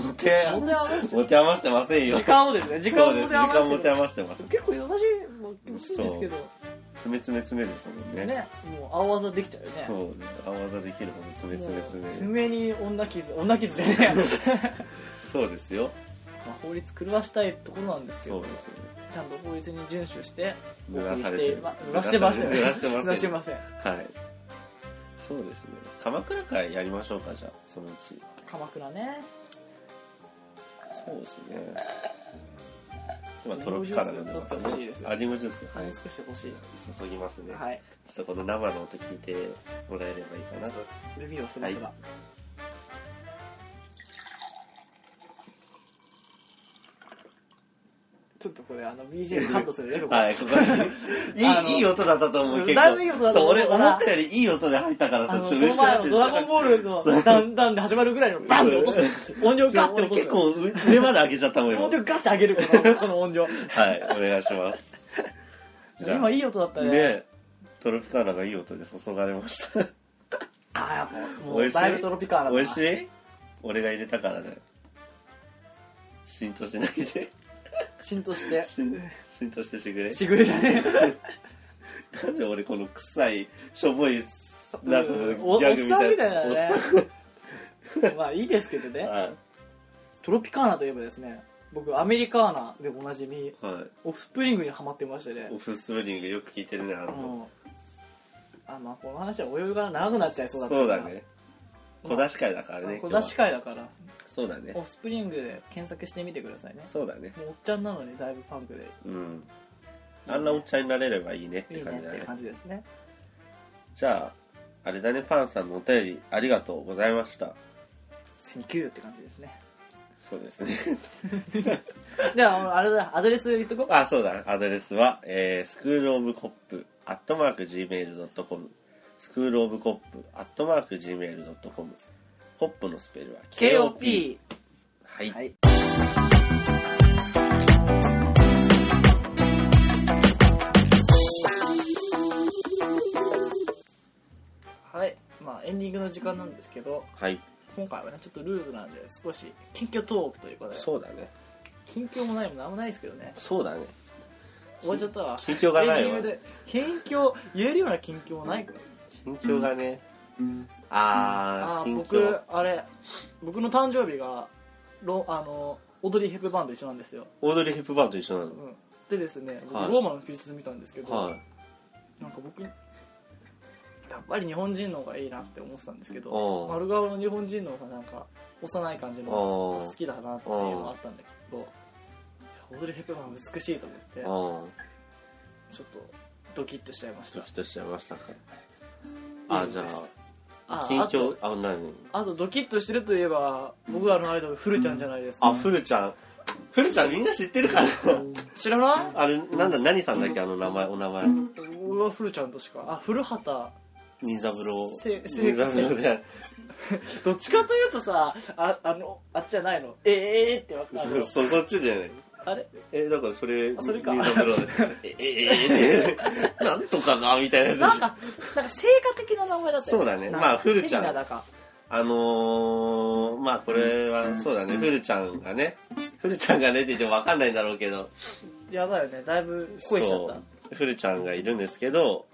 Speaker 1: 持て
Speaker 2: 持て余して
Speaker 1: 持て余してませんよ
Speaker 2: 時間をですね、時間を
Speaker 1: そうです
Speaker 2: 持
Speaker 1: 時
Speaker 2: て
Speaker 1: 間持
Speaker 2: 余してて。
Speaker 1: 余してます
Speaker 2: 結構忙しいもんですけど、
Speaker 1: 詰め詰め詰めですもんね
Speaker 2: ね、もう青技できちゃうよね。
Speaker 1: そうね青技できること詰め詰め詰
Speaker 2: もう
Speaker 1: め
Speaker 2: 爪に女傷、女傷じ
Speaker 1: <laughs>
Speaker 2: ゃねえや。
Speaker 1: そうですよ
Speaker 2: まあ法律狂わしたいところなんですけ
Speaker 1: そう
Speaker 2: ど
Speaker 1: で、すよ
Speaker 2: ちゃんと法律に遵守して、
Speaker 1: 濡らされ
Speaker 2: してて
Speaker 1: る、
Speaker 2: 濡らしてません。
Speaker 1: 濡らしてま
Speaker 2: 濡らし
Speaker 1: せ
Speaker 2: て
Speaker 1: ん
Speaker 2: ません。
Speaker 1: はいそうですね鎌倉会やりましょうかじゃあそのうち
Speaker 2: 鎌倉ね。
Speaker 1: そうですね今トロピカルなんで
Speaker 2: 取ってほしいです
Speaker 1: アリンゴジュース
Speaker 2: あ
Speaker 1: は
Speaker 2: れ
Speaker 1: い
Speaker 2: 少し欲しい。
Speaker 1: 注ぎますね、
Speaker 2: はい。
Speaker 1: ちょっとこの生の音聞いてもらえればいいかなと
Speaker 2: 指をすませば。ちょっとこれあの
Speaker 1: <laughs>
Speaker 2: BGM カットするね、ここ。
Speaker 1: はい、ここ
Speaker 2: <laughs> あ
Speaker 1: に。
Speaker 2: の
Speaker 1: いい、いい音だったと思う、結構。
Speaker 2: だいぶいい音だと思う
Speaker 1: そう、俺
Speaker 2: から
Speaker 1: 思ったよりいい音で入ったから
Speaker 2: あ
Speaker 1: さ、
Speaker 2: の、
Speaker 1: ち
Speaker 2: こ
Speaker 1: ょっと
Speaker 2: の
Speaker 1: 嬉しくなっ
Speaker 2: 前の
Speaker 1: て
Speaker 2: ドラゴンボールのダンダンで始まるぐらいのバンって落とす。音量ガッて
Speaker 1: 俺
Speaker 2: 落
Speaker 1: <laughs>
Speaker 2: とす
Speaker 1: 結。構上まで上げちゃったもんよ。
Speaker 2: 音
Speaker 1: は
Speaker 2: 量ガッて上げる、こ
Speaker 1: <laughs>
Speaker 2: のこの音量。
Speaker 1: い、お願いし
Speaker 2: <laughs>
Speaker 1: ます。じゃあ
Speaker 2: 今いい音だった
Speaker 1: ね
Speaker 2: ね。
Speaker 1: えトロピカーナがいい音で注がれました。
Speaker 2: ああ、やっぱ、も
Speaker 1: 美
Speaker 2: う
Speaker 1: 味しい
Speaker 2: だいぶトロピカーな。
Speaker 1: 美味しい俺が入れたからだよ。浸透しないで。
Speaker 2: 浸透して。
Speaker 1: 浸浸透してしてくれ。
Speaker 2: しぐれじ
Speaker 1: <laughs>
Speaker 2: ゃねえ。
Speaker 1: なんで俺この臭い、しょぼい、なんか
Speaker 2: おおっさんみたいな
Speaker 1: おっ
Speaker 2: ね
Speaker 1: さん。 <laughs>
Speaker 2: まあいいですけどね。
Speaker 1: はい
Speaker 2: トロピカーナといえばですね、僕アメリカーナでおなじみ、
Speaker 1: はい。
Speaker 2: オフスプリングにハマってましてね
Speaker 1: オ。フスプリングよく聞いてるね、あの。
Speaker 2: うん。あ、まあこの話はお湯が長くなっちゃいそうだった
Speaker 1: そうだね小出し会だから
Speaker 2: まあ
Speaker 1: ね
Speaker 2: 小出し会だから、
Speaker 1: 今日はそうだね
Speaker 2: オフスプリングで検索してみてくださいね。
Speaker 1: そうだね
Speaker 2: もうおっちゃんなのにだいぶパンクで。
Speaker 1: うんあんなおっちゃんになれればいいねっ
Speaker 2: いい
Speaker 1: て
Speaker 2: ね
Speaker 1: 感じだ
Speaker 2: って
Speaker 1: ね
Speaker 2: 感じですね。
Speaker 1: じゃああれだねパンさんのお便りありがとうございました
Speaker 2: センキューって感じですね。
Speaker 1: そうですね <laughs>
Speaker 2: じゃあ、あのあれだ、アドレス言っとこう。
Speaker 1: あそうだアドレスは、えー、スクールオブコップアットマーク Gmail.com、スクールオブコップ、アットマーク Gmail.com、コップのスペルは KOP。
Speaker 2: KOP。
Speaker 1: はい。
Speaker 2: はい。はい。まあ、エンディングの時間なんですけど、
Speaker 1: はい。
Speaker 2: 今回はね、ちょっとルーズなんで、少し、近況トークということで、
Speaker 1: そうだね。
Speaker 2: 近況もないもなんもないですけどね、
Speaker 1: そうだね。
Speaker 2: 終わっちゃったわ。
Speaker 1: 近況がない
Speaker 2: エンディ
Speaker 1: わ
Speaker 2: ング。で、近況、言えるような近況もないから。
Speaker 1: 近況がね。あ
Speaker 2: あ
Speaker 1: ー、
Speaker 2: ー
Speaker 1: 近
Speaker 2: 僕
Speaker 1: 況。
Speaker 2: あれ僕の誕生日がロあのオードリー・ヘップバーンと一緒なんですよ、
Speaker 1: オードリー・ヘップバーンと一緒な
Speaker 2: う
Speaker 1: の。
Speaker 2: ん、でですね僕、
Speaker 1: はい
Speaker 2: ローマの休日見たんですけど、
Speaker 1: はい。
Speaker 2: なんか僕やっぱり日本人の方がいいなって思ってたんですけ
Speaker 1: お
Speaker 2: ど
Speaker 1: う
Speaker 2: 丸顔の日本人の方がなんか幼い感じの
Speaker 1: おう
Speaker 2: 好きだなっていうのがあったんだけどいやオードリー・ヘップバーン美しいと思って
Speaker 1: うん。
Speaker 2: ちょっとドキッとしちゃいまし
Speaker 1: ド
Speaker 2: た
Speaker 1: キッとしちゃいましたか。あー、じゃ
Speaker 2: あ
Speaker 1: あ、
Speaker 2: あ
Speaker 1: 近
Speaker 2: と
Speaker 1: 況、あ、何
Speaker 2: あとドキッとしてるといえば僕らのアイドルフルちゃんじゃないですか、
Speaker 1: あ、フルちゃん。フルちゃんみんな知ってるかな
Speaker 2: 知らない
Speaker 1: あれ、なんだ、何さんだっけあの名前、お名前。
Speaker 2: 俺は古ちゃんとしかあ古畑
Speaker 1: 忍三郎。
Speaker 2: せせ
Speaker 1: 忍三郎じゃん。
Speaker 2: どっちかというとさああのあっちじゃないのええー、ってわかる
Speaker 1: そ、そそっちじゃない。
Speaker 2: あれ
Speaker 1: え、だからそれ、
Speaker 2: あそれか
Speaker 1: 忍三郎だよえ、え、え、なんとかな、みたいなやつで
Speaker 2: なん
Speaker 1: しょ。
Speaker 2: かなんか成果的な名前だった
Speaker 1: そうだねまあ古ちゃん
Speaker 2: セリナだか
Speaker 1: あのー、まあこれは、そうだね、フルちゃんがね、フルちゃんがねって言ってもわかんないんだろうけど、
Speaker 2: やばいよねだいぶ恋しちゃっ
Speaker 1: そうフルちゃんがいるんですけど、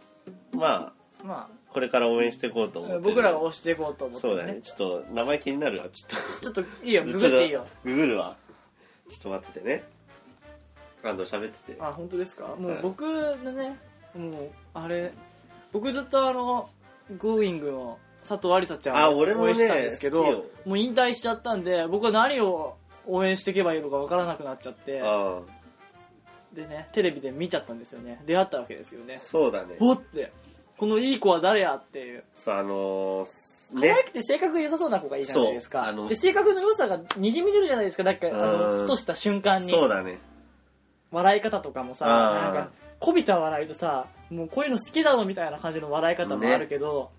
Speaker 1: まあ、
Speaker 2: たま
Speaker 1: これから応援していこうと思って
Speaker 2: あ
Speaker 1: る
Speaker 2: 僕らが推していこうと思って、
Speaker 1: そうだねちょっと名前気になるわちょっと
Speaker 2: ちょっといいよ
Speaker 1: ちょ
Speaker 2: グ
Speaker 1: と
Speaker 2: グっていいよ
Speaker 1: ググるわちょっと待っててねあの喋ってて
Speaker 2: あ本当ですかも
Speaker 1: は
Speaker 2: う
Speaker 1: い
Speaker 2: 僕のねもうあれ僕ずっとあの「Going」の佐藤有沙ちゃ
Speaker 1: あ
Speaker 2: んを
Speaker 1: 俺も
Speaker 2: 応
Speaker 1: ね
Speaker 2: 援してたんですけ
Speaker 1: 好きよ
Speaker 2: どもう引退しちゃったんで僕は何を応援していけばいいのかわからなくなっちゃって
Speaker 1: あ
Speaker 2: でねテレビで見ちゃったんですよね出会ったわけですよ
Speaker 1: あ
Speaker 2: ね
Speaker 1: そうだね
Speaker 2: おってこのいい子は誰やっていう
Speaker 1: そうあのー、
Speaker 2: 可
Speaker 1: ね
Speaker 2: 愛くて性格が良さそうな子がいいじゃないです
Speaker 1: そうあ
Speaker 2: か
Speaker 1: の
Speaker 2: で性格の良さがにじみ出るじゃないですかなんかあ
Speaker 1: うん
Speaker 2: のふとした瞬間に
Speaker 1: そうだね
Speaker 2: 笑い方とかもさ
Speaker 1: あー
Speaker 2: なんかこびた笑いとさもうこういうの好きだのみたいな感じの笑い方もあるけど、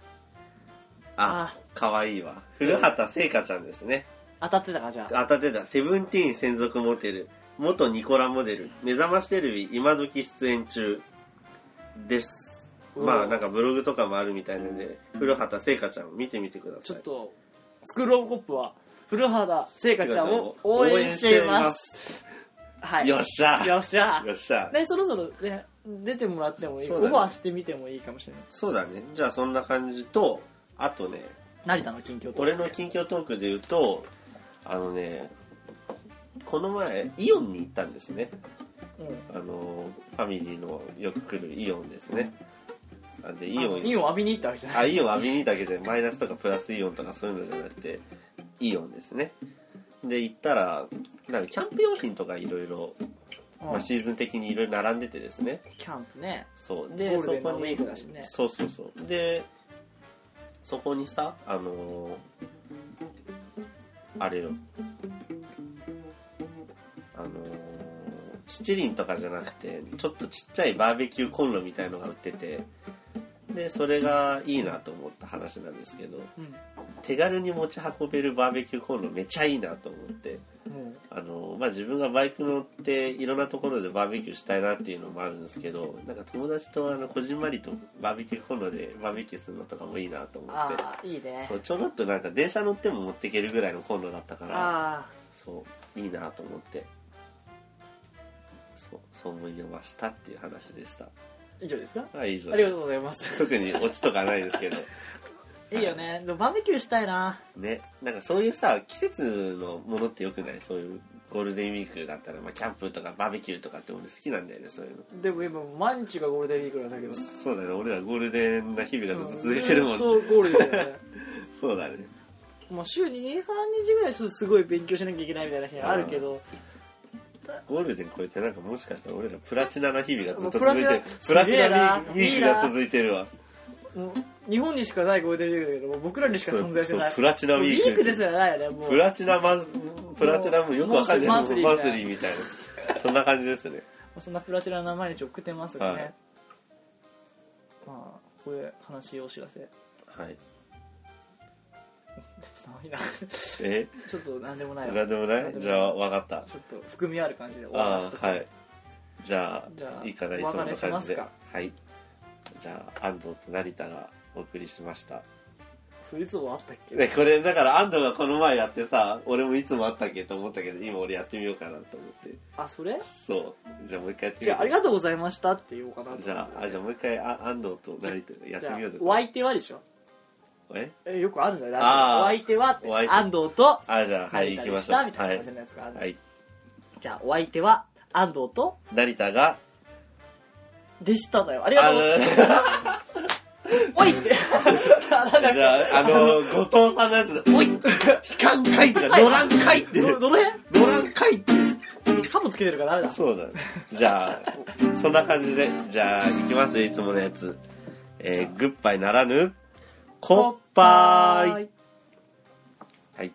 Speaker 1: あ
Speaker 2: あ
Speaker 1: 可愛いわ古畑聖華ちゃんですね
Speaker 2: 当たってたかじゃあ
Speaker 1: 当たってたセブンティーン専属モデル元ニコラモデル目覚ましテレビ今時出演中ですまあなんかブログとかもあるみたいなんで古畑聖華ちゃん見てみてください
Speaker 2: ちょっとスクールオブコップは古畑聖華ちゃんを応援していますはい
Speaker 1: よっしゃ
Speaker 2: よっしゃ
Speaker 1: よっしゃ
Speaker 2: ねそろそろ、ね、出てもらってもいい、
Speaker 1: そう
Speaker 2: オ
Speaker 1: だ
Speaker 2: フ
Speaker 1: ね
Speaker 2: ァーしてみてもいいかもしれない
Speaker 1: そうだねじゃあそんな感じとあとね
Speaker 2: 成田の近況と
Speaker 1: 俺の近況トークで言うとあのねこの前イオンに行ったんですね
Speaker 2: うん
Speaker 1: あのファミリーのよく来るイオンですねあでイオン
Speaker 2: あイオン浴びに行ったわけじゃな
Speaker 1: あ
Speaker 2: い
Speaker 1: イオンはミニだけじゃないマイナスとかプラスイオンとかそういうのじゃなくてイオンですねで行ったらなんかキャンプ用品とかいろいろ
Speaker 2: うん
Speaker 1: まあシーズン的にいろいろ並んでてですね
Speaker 2: キャンプね
Speaker 1: そう
Speaker 2: ゴ
Speaker 1: で
Speaker 2: ール
Speaker 1: そ
Speaker 2: デンの
Speaker 1: こ
Speaker 2: ウィ
Speaker 1: に
Speaker 2: ークだしね
Speaker 1: そうそうそうでそこにさあのーあれよあのー七輪とかじゃなくてちょっとちっちゃいバーベキューコンロみたいのが売っててでそれがいいなと思った話なんですけど
Speaker 2: うん
Speaker 1: 手軽に持ち運べるバーベキューコンロめちゃいいなと思って
Speaker 2: もう
Speaker 1: あのまあ、自分がバイク乗っていろんなところでバーベキューしたいなっていうのもあるんですけどなんか友達とあのこじんまりとバーベキューコンロでバーベキューするのとかもいいなと思って
Speaker 2: ああいいね
Speaker 1: そうちょろっとなんか電車乗っても持っていけるぐらいのコンロだったから
Speaker 2: あ
Speaker 1: そういいなと思ってそうそう思いましたっていう話でした
Speaker 2: あ以上ですか
Speaker 1: はい以上
Speaker 2: ありがとうございます
Speaker 1: 特にオチとかないですけど <laughs>
Speaker 2: いいよねでもバーベキューしたいな
Speaker 1: ねなんかそういうさ季節のものってよくないそういうゴールデンウィークだったら、まあ、キャンプとかバーベキューとかって俺好きなんだよねそういうの
Speaker 2: でも今毎日がゴールデンウィークなんだけど
Speaker 1: そうだね俺らゴールデンな日々がずっと続いてるもん、
Speaker 2: ずっとゴールデンだよね
Speaker 1: そうだね
Speaker 2: もう週に23日ぐらいちょっとすごい勉強しなきゃいけないみたいな日あるけど
Speaker 1: ゴールデン超えてなんかもしかしたら俺らプラチナな日々がずっと続
Speaker 2: もう
Speaker 1: い
Speaker 2: プ
Speaker 1: て
Speaker 2: ラチナ
Speaker 1: るプラチナ
Speaker 2: すげえな
Speaker 1: ウィークが続いてるわ
Speaker 2: もう日本にしかないゴールデンウィークだけどもう僕らにしか存在しない
Speaker 1: そうプラチナウィーク
Speaker 2: もうウィークですらないよねもう
Speaker 1: プラチナマンスプラチナもよくわかんない
Speaker 2: マンスリー
Speaker 1: マンスリーみたいなそんな感じですね
Speaker 2: そんなプラチナな毎日送ってますがね、
Speaker 1: はい
Speaker 2: ここで話お知らせ <laughs> で
Speaker 1: はい。
Speaker 2: もないな
Speaker 1: え
Speaker 2: ちょっと何でもない
Speaker 1: なん
Speaker 2: わ
Speaker 1: でもないじゃあ、わかった。
Speaker 2: ちょっと含みある感じで終わ
Speaker 1: あ
Speaker 2: らせと
Speaker 1: あ、はい。じゃ
Speaker 2: じゃ
Speaker 1: あ、
Speaker 2: あ
Speaker 1: いいかな、いつ
Speaker 2: お
Speaker 1: も
Speaker 2: 別
Speaker 1: の
Speaker 2: れしま
Speaker 1: 感
Speaker 2: す
Speaker 1: じで。
Speaker 2: か
Speaker 1: はい。じゃあ、安藤と成田がお送りしました。
Speaker 2: それいつ終わったっけ
Speaker 1: で、これ、だから安藤がこの前やってさ、俺もいつもあったっけと思ったけど、今俺やってみようかなと思って。
Speaker 2: あそれ
Speaker 1: そう。じゃあもう一回やってみ
Speaker 2: じ
Speaker 1: よ
Speaker 2: ゃああ
Speaker 1: う
Speaker 2: り。がとうございましたって言おうかなと思って
Speaker 1: じゃあ、あじゃあもう一回あ安藤と成田やってみようぜ
Speaker 2: じゃ。あお相手はでしょ
Speaker 1: え
Speaker 2: えよくあるんだよラジオ
Speaker 1: あー
Speaker 2: お相手はって
Speaker 1: お相手
Speaker 2: 安藤と
Speaker 1: あ、じゃあ、はい、行
Speaker 2: 成田
Speaker 1: き
Speaker 2: で
Speaker 1: ま
Speaker 2: し
Speaker 1: しょう。
Speaker 2: たみたいな
Speaker 1: はい
Speaker 2: 感じ。のやつがある、
Speaker 1: はい。
Speaker 2: じゃあお相手は安藤と
Speaker 1: 成田が、
Speaker 2: でしただよありが
Speaker 1: あ
Speaker 2: とう
Speaker 1: の、
Speaker 2: おい <laughs> なんだっ
Speaker 1: <laughs>
Speaker 2: け
Speaker 1: じゃあ、あの、後藤さんのやつで、
Speaker 2: <laughs>
Speaker 1: おい悲観会とか、
Speaker 2: はい
Speaker 1: 野覧会って、
Speaker 2: どどの辺
Speaker 1: 野覧会って。
Speaker 2: カブつけてるからダメだ
Speaker 1: そうだね。じゃあ、そんな感じで、じゃあ、行きますよ、いつものやつ。
Speaker 2: じ
Speaker 1: え
Speaker 2: ゃ
Speaker 1: ー、グッバイならぬ、コッパーイ。
Speaker 2: イ
Speaker 1: はい。